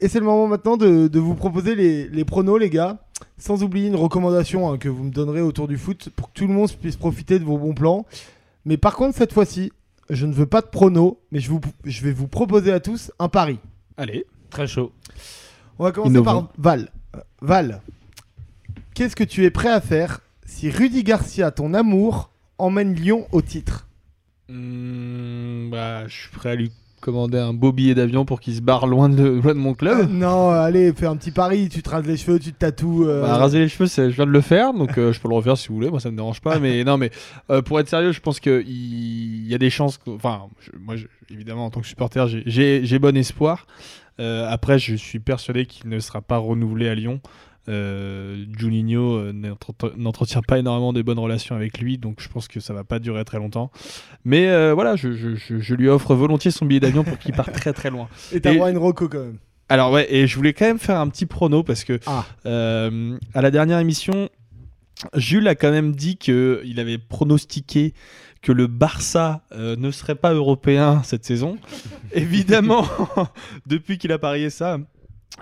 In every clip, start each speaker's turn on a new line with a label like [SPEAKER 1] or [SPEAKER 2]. [SPEAKER 1] Et c'est le moment maintenant de, de vous proposer les, les pronos, les gars. Sans oublier une recommandation hein, que vous me donnerez autour du foot pour que tout le monde puisse profiter de vos bons plans. Mais par contre, cette fois-ci, je ne veux pas de pronos, mais je, vous, je vais vous proposer à tous un pari.
[SPEAKER 2] Allez, très chaud.
[SPEAKER 1] On va commencer
[SPEAKER 3] Innovant.
[SPEAKER 1] par Val. Euh, Val, qu'est-ce que tu es prêt à faire si Rudy Garcia, ton amour, emmène Lyon au titre
[SPEAKER 2] Hmm, bah, je suis prêt à lui commander un beau billet d'avion pour qu'il se barre loin de, loin de mon
[SPEAKER 1] Euh,
[SPEAKER 2] club.
[SPEAKER 1] Non, euh, allez, fais un petit pari, tu te rases les cheveux, tu te tatoues. euh,
[SPEAKER 2] Bah, raser les cheveux, c'est- je viens de le faire, donc euh, je peux le refaire si vous voulez, moi ça me dérange pas. Mais non, mais euh, pour être sérieux, je pense qu'il il y a des chances. que- Enfin, je- moi, je- évidemment, en tant que supporter, j'ai- j'ai j'ai bon espoir. Euh, après, je suis persuadé qu'il ne sera pas renouvelé à Lyon. Euh, Juninho euh, n'entre- n'entretient pas énormément de bonnes relations avec lui, donc je pense que ça va pas durer très longtemps. Mais euh, voilà, je, je- je- je lui offre volontiers son billet d'avion pour qu'il parte très très loin.
[SPEAKER 1] et t'as
[SPEAKER 2] et-
[SPEAKER 1] droit à une reco quand même.
[SPEAKER 2] Alors ouais, et je voulais quand même faire un petit prono parce que
[SPEAKER 1] Ah.
[SPEAKER 2] euh, à la dernière émission, Jules a quand même dit que il avait pronostiqué que le Barça euh, ne serait pas européen cette saison. Évidemment, depuis qu'il a parié ça,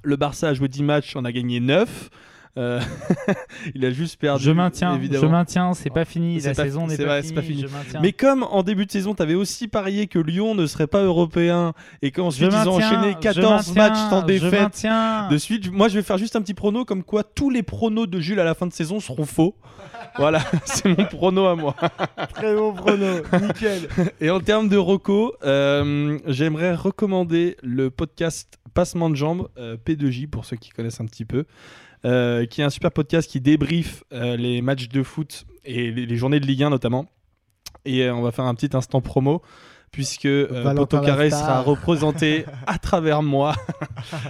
[SPEAKER 2] le Barça a joué 10 matchs, on a gagné 9. Euh, il a juste perdu.
[SPEAKER 4] Je maintiens,
[SPEAKER 2] évidemment.
[SPEAKER 4] je maintiens, c'est pas fini,
[SPEAKER 2] C'est
[SPEAKER 4] la
[SPEAKER 2] pas-
[SPEAKER 4] saison n'est
[SPEAKER 2] c'est
[SPEAKER 4] pas,
[SPEAKER 2] vrai, c'est pas
[SPEAKER 4] finie,
[SPEAKER 2] fini.
[SPEAKER 4] je maintiens.
[SPEAKER 2] Mais comme en début de saison, tu avais aussi parié que Lyon ne serait pas européen et
[SPEAKER 4] je
[SPEAKER 2] qu'ensuite ils ont
[SPEAKER 4] maintiens,
[SPEAKER 2] enchaîné
[SPEAKER 4] je
[SPEAKER 2] 14
[SPEAKER 4] maintiens,
[SPEAKER 2] matchs sans
[SPEAKER 4] Je
[SPEAKER 2] défaite
[SPEAKER 4] maintiens.
[SPEAKER 2] de suite. je- Moi, je vais faire juste un petit prono comme quoi tous les pronos de Jules à la fin de saison seront faux. Voilà, c'est mon prono à moi.
[SPEAKER 1] Très bon prono, nickel.
[SPEAKER 2] Et en termes de reco, euh, j'aimerais recommander le podcast Passement de jambes euh, P2J pour ceux qui connaissent un petit peu, euh, qui est un super podcast qui débriefe euh, les matchs de foot et les, les journées de Ligue 1 notamment. Et euh, on va faire un petit instant promo puisque euh,
[SPEAKER 1] Valentin
[SPEAKER 2] Poto Carré
[SPEAKER 1] Laftar.
[SPEAKER 2] sera représenté à travers moi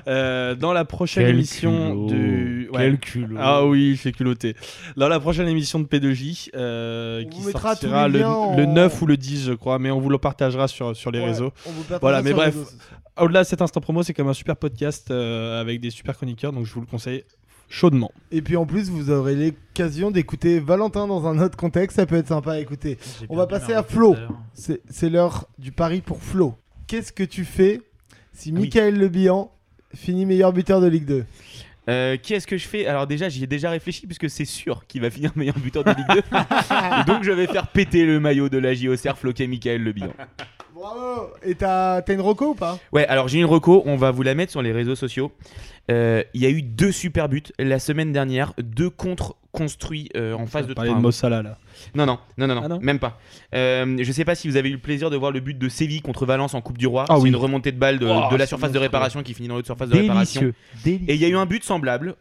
[SPEAKER 2] euh, dans la prochaine
[SPEAKER 4] Quel
[SPEAKER 2] émission
[SPEAKER 4] culot.
[SPEAKER 2] du ouais.
[SPEAKER 4] Quel culot.
[SPEAKER 2] Ah oui, il fait culotté. Dans la prochaine émission de P2J, euh,
[SPEAKER 1] On
[SPEAKER 2] qui
[SPEAKER 1] vous mettra tous
[SPEAKER 2] sortira
[SPEAKER 1] les
[SPEAKER 2] le,
[SPEAKER 1] liens en-
[SPEAKER 2] le 9 ou le 10, je crois, mais on vous le partagera sur, sur les
[SPEAKER 1] Ouais,
[SPEAKER 2] réseaux.
[SPEAKER 1] on vous perd
[SPEAKER 2] Voilà,
[SPEAKER 1] pas
[SPEAKER 2] mais
[SPEAKER 1] sur les
[SPEAKER 2] bref.
[SPEAKER 1] réseaux sociaux.
[SPEAKER 2] Au-delà de cet instant promo, c'est comme un super podcast euh, avec des super chroniqueurs, donc je vous le conseille chaudement.
[SPEAKER 1] Et puis en plus, vous aurez l'occasion d'écouter Valentin dans un autre contexte, ça peut être sympa à écouter.
[SPEAKER 4] J'ai
[SPEAKER 1] On va
[SPEAKER 4] perdu
[SPEAKER 1] passer
[SPEAKER 4] ma
[SPEAKER 1] à Flo.
[SPEAKER 4] répéteur.
[SPEAKER 1] C'est c'est l'heure du pari pour Flo. Qu'est-ce que tu fais si
[SPEAKER 4] oui.
[SPEAKER 1] Michael Le Bihan finit meilleur buteur de Ligue 2
[SPEAKER 3] Euh, qui est-ce que je fais Alors déjà, j'y ai déjà réfléchi puisque c'est sûr qu'il va finir meilleur buteur de Ligue 2. Et donc je vais faire péter le maillot de la JOCR, floquer Michael Le Bihan.
[SPEAKER 1] Bravo Et t'as t'as une reco ou pas
[SPEAKER 3] Ouais, alors j'ai une reco, on va vous la mettre sur les réseaux sociaux. Euh, Il y a eu deux super buts la semaine dernière, deux contre construits euh, en phase de
[SPEAKER 2] Parler de
[SPEAKER 3] enfin,
[SPEAKER 2] Mossala là.
[SPEAKER 3] Non, non, non, non, non,
[SPEAKER 2] Ah non
[SPEAKER 3] même pas. Euh, je sais pas si vous avez eu le plaisir de voir le but de Séville contre Valence en Coupe du Roi.
[SPEAKER 2] Ah
[SPEAKER 3] c'est
[SPEAKER 2] oui.
[SPEAKER 3] une remontée de balle de,
[SPEAKER 2] Oh,
[SPEAKER 3] de la
[SPEAKER 2] c'est
[SPEAKER 3] surface de
[SPEAKER 2] monstrueux.
[SPEAKER 3] réparation qui finit dans l'autre surface de réparation.
[SPEAKER 4] Délicieux.
[SPEAKER 3] Et il y a eu un but semblable.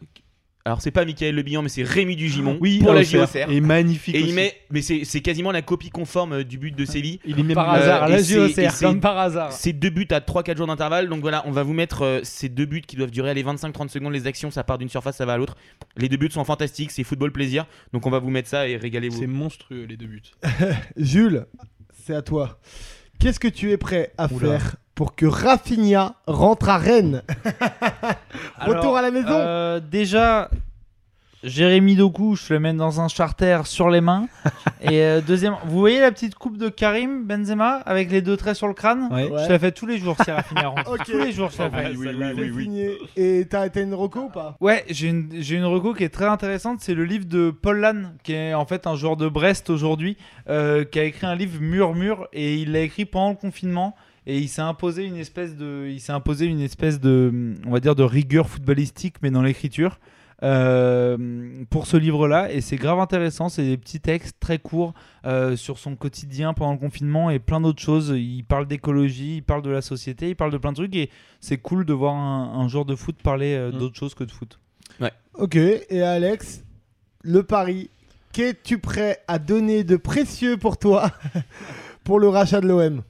[SPEAKER 3] Alors c'est pas Michael Le Bihan, mais c'est Rémi Dugimon pour
[SPEAKER 2] pour
[SPEAKER 3] la
[SPEAKER 2] JOCR.
[SPEAKER 3] JOCR.
[SPEAKER 2] Et magnifique.
[SPEAKER 3] Et
[SPEAKER 2] aussi.
[SPEAKER 3] il met, mais c'est c'est quasiment la copie conforme euh, du but de Séville.
[SPEAKER 2] Il y met
[SPEAKER 4] Par
[SPEAKER 2] euh,
[SPEAKER 4] hasard,
[SPEAKER 3] et
[SPEAKER 4] la
[SPEAKER 3] c'est- et
[SPEAKER 4] JOCR,
[SPEAKER 3] c'est-
[SPEAKER 4] comme par
[SPEAKER 2] Ah.
[SPEAKER 4] hasard.
[SPEAKER 3] C'est deux buts à 3-4 jours d'intervalle. Donc voilà, on va vous mettre euh, ces deux buts qui doivent durer les 25-30 secondes. Les actions, ça part d'une surface, ça va à l'autre. Les deux buts sont fantastiques, c'est football plaisir. Donc on va vous mettre ça et régalez-vous.
[SPEAKER 2] C'est monstrueux les deux buts.
[SPEAKER 1] Jules, c'est à toi. Qu'est-ce que tu es prêt à
[SPEAKER 2] Oula.
[SPEAKER 1] faire pour que Rafinha rentre à Rennes
[SPEAKER 4] Alors,
[SPEAKER 1] Retour à la maison.
[SPEAKER 4] euh, déjà, Jérémy Doku, je le mène dans un charter sur les mains. Et euh, deuxième, vous voyez la petite coupe de Karim Benzema avec les deux traits sur le crâne
[SPEAKER 2] euh,
[SPEAKER 1] Ouais.
[SPEAKER 4] Je la fais tous les jours, c'est Rafinha rentre.
[SPEAKER 1] Ok.
[SPEAKER 4] Tous les jours, je la fais.
[SPEAKER 1] C'est signé. Et t'as t'as une reco ou pas
[SPEAKER 4] Ouais, j'ai une, j'ai une reco qui est très intéressante, c'est le livre de Paul Lann, qui est en fait un joueur de Brest aujourd'hui, euh, qui a écrit un livre Murmure, et il l'a écrit pendant le confinement, et il s'est imposé une espèce de, il s'est imposé une espèce de, on va dire, de rigueur footballistique, mais dans l'écriture, euh, pour ce livre-là, et c'est grave intéressant, c'est des petits textes très courts euh, sur son quotidien pendant le confinement, et plein d'autres choses, il parle d'écologie, il parle de la société, il parle de plein de trucs, et c'est cool de voir un, un joueur de foot parler euh,
[SPEAKER 2] Mm.
[SPEAKER 4] d'autre chose que de foot.
[SPEAKER 1] Ok. Et Alex, le pari. Qu'es-tu prêt à donner de précieux pour toi pour le rachat de l'OM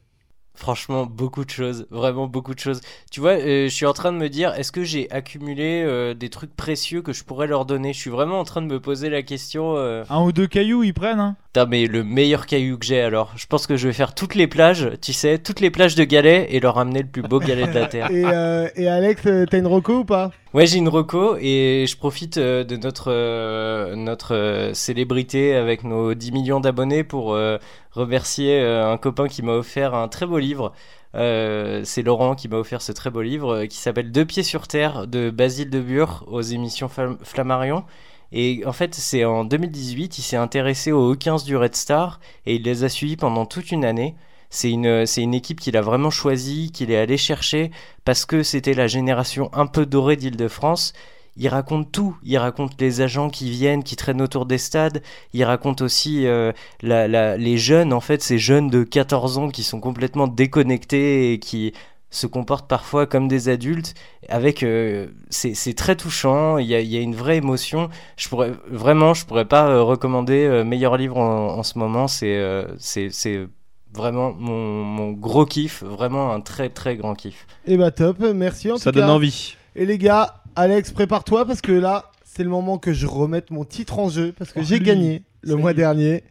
[SPEAKER 5] Franchement, beaucoup de choses, vraiment beaucoup de choses. Tu vois, euh, je suis en train de me dire, est-ce que j'ai accumulé euh, des trucs précieux que je pourrais leur donner? Je suis vraiment en train de me poser la question. euh.
[SPEAKER 4] Un ou deux cailloux, ils prennent. Hein.
[SPEAKER 5] Putain, mais le meilleur caillou que j'ai alors, je pense que je vais faire toutes les plages, tu sais, toutes les plages de galets et leur amener le plus beau galet de la terre.
[SPEAKER 1] et, euh, et Alex, euh, t'as une reco ou pas
[SPEAKER 5] Ouais, j'ai une reco et je profite euh, de notre, euh, notre euh, célébrité avec nos 10 millions d'abonnés pour euh, remercier euh, un copain qui m'a offert un très beau livre. Euh, c'est Laurent qui m'a offert ce très beau livre euh, qui s'appelle Deux pieds sur terre de Basile de Bure aux émissions Flam- Flammarion. Et en fait, c'est en 2018, il s'est intéressé aux U15 du Red Star et il les a suivis pendant toute une année. C'est une, c'est une équipe qu'il a vraiment choisie, qu'il est allé chercher parce que c'était la génération un peu dorée d'Île-de-France. Il raconte tout. Il raconte les agents qui viennent, qui traînent autour des stades. Il raconte aussi euh, la- la- les jeunes, en fait, ces jeunes de 14 ans qui sont complètement déconnectés et qui se comportent parfois comme des adultes. Avec, euh, c'est, c'est très touchant. Il y a, il y a une vraie émotion. Je pourrais vraiment, je pourrais pas euh, recommander euh, meilleur livre en, en ce moment. C'est, euh, c'est, c'est vraiment mon, mon gros kiff, vraiment un très très grand kiff.
[SPEAKER 1] Et bah top, merci en
[SPEAKER 2] Ça
[SPEAKER 1] tout cas.
[SPEAKER 2] donne envie.
[SPEAKER 1] Et les gars, Alex, prépare-toi parce que là, c'est le moment que je remette mon titre en jeu parce que
[SPEAKER 2] Oh,
[SPEAKER 1] j'ai
[SPEAKER 2] lui.
[SPEAKER 1] gagné le
[SPEAKER 2] Ça
[SPEAKER 1] mois
[SPEAKER 2] y est.
[SPEAKER 1] dernier.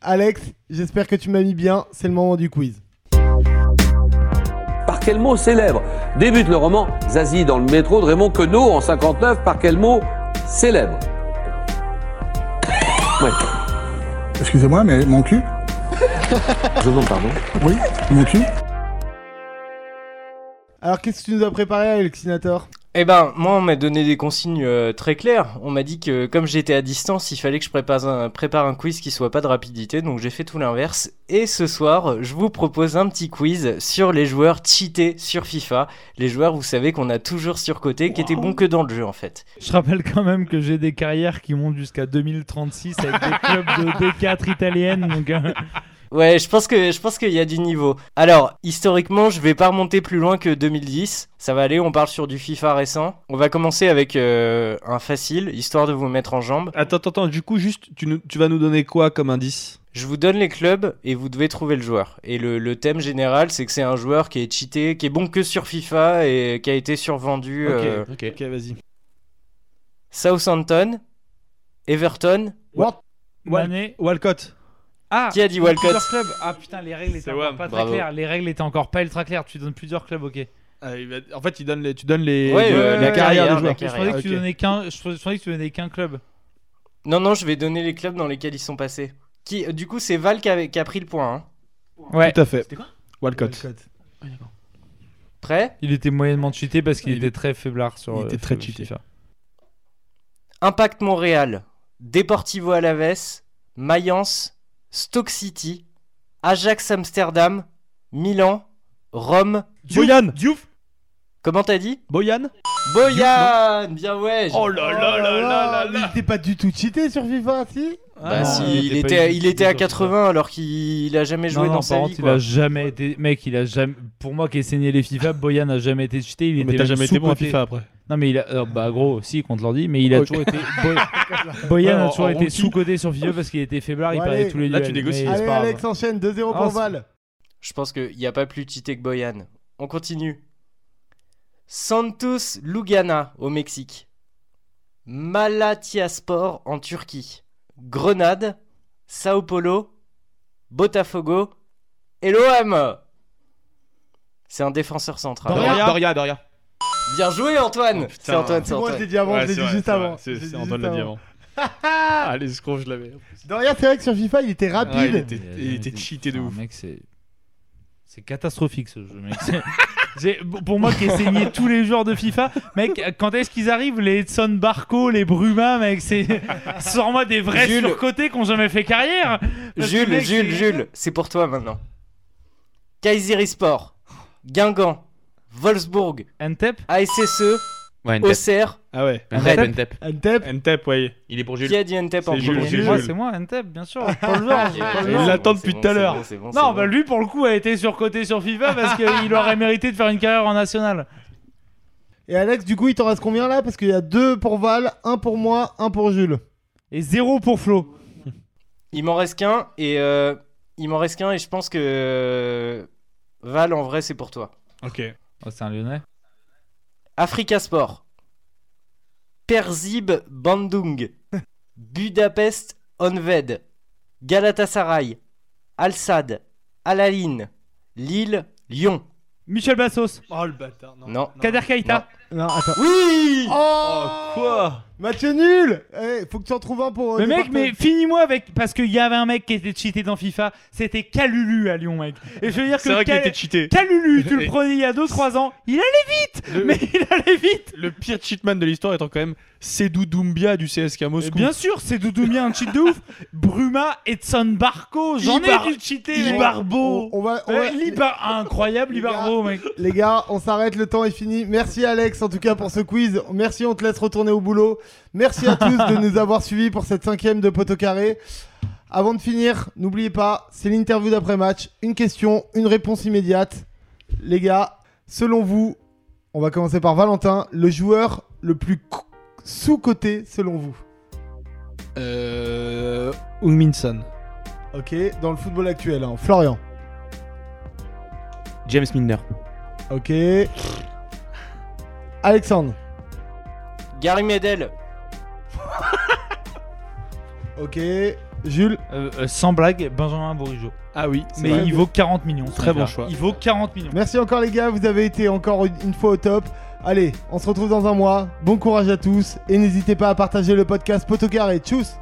[SPEAKER 1] Alex, j'espère que tu m'as mis bien, c'est le moment du quiz.
[SPEAKER 6] Par quel mot célèbre débute le roman Zazie dans le métro de Raymond Queneau en 59 Par quel mot célèbre
[SPEAKER 7] Excusez-moi, mais mon cul
[SPEAKER 6] Je vous pardon.
[SPEAKER 7] Oui, mon cul
[SPEAKER 1] Alors qu'est-ce que tu nous as préparé, Alexinator
[SPEAKER 5] Eh ben, moi, on m'a donné des consignes euh, très claires. On m'a dit que, comme j'étais à distance, il fallait que je prépare un, prépare un quiz qui soit pas de rapidité, donc j'ai fait tout l'inverse. Et ce soir, je vous propose un petit quiz sur les joueurs cheatés sur FIFA. Les joueurs, vous savez qu'on a toujours surcotés, qui étaient bons que dans le jeu, en fait.
[SPEAKER 4] Je rappelle quand même que j'ai des carrières qui montent jusqu'à 2036 avec des clubs de D4 italiennes. Donc, euh,
[SPEAKER 5] Ouais, je pense que je pense qu'il y a du niveau. Alors, historiquement, je vais pas remonter plus loin que 2010. Ça va aller, on parle sur du FIFA récent. On va commencer avec euh, un facile, histoire de vous mettre en jambes.
[SPEAKER 2] Attends, attends, attends, du coup, juste, tu, nous- tu vas nous donner quoi comme indice
[SPEAKER 5] Je vous donne les clubs et vous devez trouver le joueur. Et le, le thème général, c'est que c'est un joueur qui est cheaté, qui est bon que sur FIFA et qui a été survendu. euh,
[SPEAKER 2] ok, ok, vas-y.
[SPEAKER 5] Southampton, Everton.
[SPEAKER 2] Wal-
[SPEAKER 4] Mané.
[SPEAKER 2] Walcott.
[SPEAKER 4] Ah,
[SPEAKER 5] Qui a dit
[SPEAKER 4] il y
[SPEAKER 5] Walcott
[SPEAKER 4] plusieurs clubs. Ah putain, les règles
[SPEAKER 2] C'est
[SPEAKER 4] étaient encore
[SPEAKER 2] Wam.
[SPEAKER 4] pas
[SPEAKER 5] Bravo.
[SPEAKER 4] très claires. Les règles étaient encore pas ultra claires. Tu donnes plusieurs clubs, ok.
[SPEAKER 2] Ah, il va- en fait, il donne les, tu donnes les,
[SPEAKER 5] Ouais,
[SPEAKER 2] le-
[SPEAKER 5] ouais,
[SPEAKER 2] la
[SPEAKER 5] ouais,
[SPEAKER 2] carrière
[SPEAKER 5] carrière,
[SPEAKER 2] des
[SPEAKER 5] la
[SPEAKER 2] joueurs.
[SPEAKER 4] Je
[SPEAKER 5] carrière.
[SPEAKER 4] pensais que
[SPEAKER 2] Ok.
[SPEAKER 4] tu donnais qu'un. Je pensais que tu donnais qu'un club.
[SPEAKER 5] Non, non, je vais donner les clubs dans lesquels ils sont passés. Qui, du coup, c'est Val qui a, qui a pris le point. hein.
[SPEAKER 4] Ouais.
[SPEAKER 2] Tout à fait.
[SPEAKER 4] C'était quoi
[SPEAKER 2] Walcott.
[SPEAKER 5] Prêt
[SPEAKER 4] Il était moyennement cheaté parce qu'il
[SPEAKER 2] Il-
[SPEAKER 4] était très faiblard sur.
[SPEAKER 2] il
[SPEAKER 4] euh,
[SPEAKER 2] était très
[SPEAKER 4] sur
[SPEAKER 2] cheaté.
[SPEAKER 4] FIFA.
[SPEAKER 5] Impact Montréal, Deportivo Alaves, Mayence, Stoke City, Ajax Amsterdam, Milan, Rome.
[SPEAKER 2] Boyan
[SPEAKER 3] Diouf
[SPEAKER 5] Comment t'as dit
[SPEAKER 2] Boyan
[SPEAKER 5] Boyan Bien ouais j'ai-
[SPEAKER 2] Oh là
[SPEAKER 1] Mais Ah, il était pas du tout cheaté sur FIFA, si
[SPEAKER 5] Bah
[SPEAKER 4] Ah non,
[SPEAKER 5] si,
[SPEAKER 4] il
[SPEAKER 5] il,
[SPEAKER 4] était pas
[SPEAKER 5] était,
[SPEAKER 4] une-
[SPEAKER 5] il était à
[SPEAKER 4] une-
[SPEAKER 5] 80 alors qu'il a jamais joué
[SPEAKER 4] non,
[SPEAKER 5] dans
[SPEAKER 4] non,
[SPEAKER 5] sa
[SPEAKER 4] par
[SPEAKER 5] vie.
[SPEAKER 4] contre, il
[SPEAKER 5] quoi.
[SPEAKER 4] a jamais été. Mec, il a jamais. Pour moi qui ai saigné les FIFA, Boyan a jamais été cheaté. Il
[SPEAKER 2] Mais
[SPEAKER 4] était
[SPEAKER 2] t'as
[SPEAKER 4] même
[SPEAKER 2] jamais été bon à
[SPEAKER 4] sous-coté.
[SPEAKER 2] FIFA après.
[SPEAKER 4] Non, mais il a. euh, bah, gros, si, contre l'ordi, mais il a
[SPEAKER 2] Ok.
[SPEAKER 4] toujours été. Boy- Boyan
[SPEAKER 2] Ouais,
[SPEAKER 4] a
[SPEAKER 2] en-
[SPEAKER 4] toujours
[SPEAKER 2] en
[SPEAKER 4] été
[SPEAKER 2] rookie.
[SPEAKER 4] sous-coté sur FIFA parce qu'il était faiblard, il
[SPEAKER 1] Bon,
[SPEAKER 4] perdait
[SPEAKER 1] allez,
[SPEAKER 4] tous les
[SPEAKER 2] là,
[SPEAKER 4] duels.
[SPEAKER 2] tu négocies.
[SPEAKER 4] mais c'est
[SPEAKER 1] Allez,
[SPEAKER 4] pas grave.
[SPEAKER 1] Alex enchaîne, 2-0 pour
[SPEAKER 4] Ah, c'est-
[SPEAKER 1] Val.
[SPEAKER 5] Je pense qu'il n'y a pas plus cheaté que Boyan. On continue. Santos Lugana au Mexique. Malatyaspor en Turquie. Grenade, Sao Paulo, Botafogo et l'OM. C'est un défenseur central.
[SPEAKER 2] Doria.
[SPEAKER 3] Doria, Doria, Doria.
[SPEAKER 5] Bien joué Antoine.
[SPEAKER 2] Oh, putain.
[SPEAKER 5] c'est Antoine, c'est
[SPEAKER 1] C'est moi, je l'ai
[SPEAKER 5] Antoine.
[SPEAKER 1] dit avant,
[SPEAKER 2] Ouais,
[SPEAKER 1] je l'ai dit
[SPEAKER 2] c'est vrai,
[SPEAKER 1] juste
[SPEAKER 2] c'est
[SPEAKER 1] avant.
[SPEAKER 2] vrai, C'est
[SPEAKER 1] Je l'ai
[SPEAKER 2] c'est
[SPEAKER 1] dit
[SPEAKER 2] Antoine
[SPEAKER 1] juste
[SPEAKER 2] le
[SPEAKER 1] avant.
[SPEAKER 2] diamant. Ah, les escrocs, je l'avais.
[SPEAKER 1] Doria, c'est vrai que sur FIFA, il était rapide.
[SPEAKER 2] Ouais, il était-
[SPEAKER 4] a
[SPEAKER 2] il
[SPEAKER 4] jamais
[SPEAKER 2] était
[SPEAKER 4] été-
[SPEAKER 2] cheaté de
[SPEAKER 4] Putain,
[SPEAKER 2] ouf.
[SPEAKER 4] Mec, c'est c'est catastrophique ce jeu, mec. C'est- J'ai- pour moi qui ai saigné tous les joueurs de FIFA, mec, quand est-ce qu'ils arrivent Les Edson Barco, les Bruma, mec, c'est. Sors-moi des vrais
[SPEAKER 5] Jules.
[SPEAKER 4] surcotés qui ont jamais fait carrière Parce que,
[SPEAKER 5] Jules,
[SPEAKER 4] mec,
[SPEAKER 5] Jules,
[SPEAKER 4] c'est-
[SPEAKER 5] Jules, c'est pour toi maintenant. Kayserispor, Guingamp, Wolfsburg,
[SPEAKER 4] Antep
[SPEAKER 5] ASSE,
[SPEAKER 3] Ouais, Ntep.
[SPEAKER 5] E, Auxerre.
[SPEAKER 2] Ah ouais.
[SPEAKER 5] Red.
[SPEAKER 3] Ntep, Ntep.
[SPEAKER 1] Antep,
[SPEAKER 2] Ntep, E ouais.
[SPEAKER 3] Il est pour
[SPEAKER 5] Qui
[SPEAKER 3] Jules.
[SPEAKER 5] a dit Ntep en
[SPEAKER 2] C'est Jules,
[SPEAKER 5] premier
[SPEAKER 4] C'est
[SPEAKER 2] Jules.
[SPEAKER 4] moi, E c'est moi, Antep, bien sûr. Paul Georges,
[SPEAKER 5] Ok,
[SPEAKER 4] Paul
[SPEAKER 5] ok,
[SPEAKER 4] Georges.
[SPEAKER 5] Ah, c'est
[SPEAKER 2] l'attend
[SPEAKER 5] bon,
[SPEAKER 2] depuis
[SPEAKER 5] c'est
[SPEAKER 2] tout à
[SPEAKER 5] bon,
[SPEAKER 2] l'heure.
[SPEAKER 5] c'est bon, c'est bon, c'est
[SPEAKER 4] Non,
[SPEAKER 5] bon.
[SPEAKER 4] bah lui pour le coup a été surcoté sur FIFA parce qu'il aurait mérité de faire une carrière en nationale.
[SPEAKER 1] Et Alex, du coup, il t'en reste combien là Parce qu'il y a 2 pour Val, 1 pour moi, 1 pour Jules.
[SPEAKER 4] Et zéro pour Flo.
[SPEAKER 5] Il m'en reste qu'un et euh, il m'en reste qu'un et je pense que euh, Val en vrai c'est pour toi.
[SPEAKER 2] Ok.
[SPEAKER 4] Oh, c'est un lyonnais.
[SPEAKER 5] Africa Sport. Persib Bandung. Budapest Onved. Galatasaray. Al-Sad. Al-Aline. Lille, Lyon.
[SPEAKER 4] Michel Bassos,
[SPEAKER 2] Oh le bâtard.
[SPEAKER 5] Non.
[SPEAKER 4] Kader Keita,
[SPEAKER 1] Non, attends.
[SPEAKER 4] Oui
[SPEAKER 1] Oh,
[SPEAKER 4] Quoi
[SPEAKER 1] Match nul Eh, Faut que tu en trouves un pour. euh,
[SPEAKER 4] Mais
[SPEAKER 1] les
[SPEAKER 4] mec, mais
[SPEAKER 1] partages.
[SPEAKER 4] finis-moi avec. Parce qu'il y avait un mec qui était cheaté dans FIFA, c'était Calulu à Lyon, mec. Et je veux dire que.
[SPEAKER 2] C'est vrai qu'il
[SPEAKER 4] Cal-
[SPEAKER 2] était cheaté.
[SPEAKER 4] Calulu, tu
[SPEAKER 2] Et-
[SPEAKER 4] le prenais il y a 2-3 ans, il allait vite
[SPEAKER 2] Le-
[SPEAKER 4] Mais il allait vite
[SPEAKER 2] Le pire cheatman de l'histoire étant quand même Sedou Doumbia du CSK
[SPEAKER 4] Et
[SPEAKER 2] Moscou.
[SPEAKER 4] Bien sûr, c'est Doudoumia un cheat de ouf Bruma, Edson Barco, j'en ai
[SPEAKER 2] Ibar-
[SPEAKER 4] du cheaté
[SPEAKER 1] On-
[SPEAKER 4] mec. Libarbo
[SPEAKER 1] On, on va. on
[SPEAKER 2] Eh,
[SPEAKER 1] va-
[SPEAKER 4] Ouais, Libar- Incroyable
[SPEAKER 1] Les gars.
[SPEAKER 4] Libarbo, mec
[SPEAKER 1] Les gars, on s'arrête, le temps est fini. Merci Alex en tout cas pour ce quiz. Merci, on te laisse retourner au boulot. Merci à tous de nous avoir suivis pour cette cinquième de Poteau Carré. Avant de finir, n'oubliez pas, c'est l'interview d'après-match. Une question, une réponse immédiate. Les gars, selon vous, on va commencer par Valentin, le joueur le plus cou- sous-coté selon vous.
[SPEAKER 2] Euh. Oungminson.
[SPEAKER 1] Ok, dans le football actuel, hein. Florian.
[SPEAKER 3] James Milner.
[SPEAKER 1] Ok. Alexandre.
[SPEAKER 5] Gary Medel,
[SPEAKER 1] Ok. Jules.
[SPEAKER 4] Euh, euh, sans blague, Benjamin Bourigeau.
[SPEAKER 2] Ah oui, c'est
[SPEAKER 4] Mais
[SPEAKER 2] vrai.
[SPEAKER 4] il vaut 40 millions.
[SPEAKER 2] Très bon
[SPEAKER 4] celui-là.
[SPEAKER 2] choix.
[SPEAKER 4] Il vaut 40 millions.
[SPEAKER 1] Merci encore les gars, vous avez été encore une une fois au top. Allez, on se retrouve dans un mois. Bon courage à tous et n'hésitez pas à partager le podcast Poto Carré. Tchuss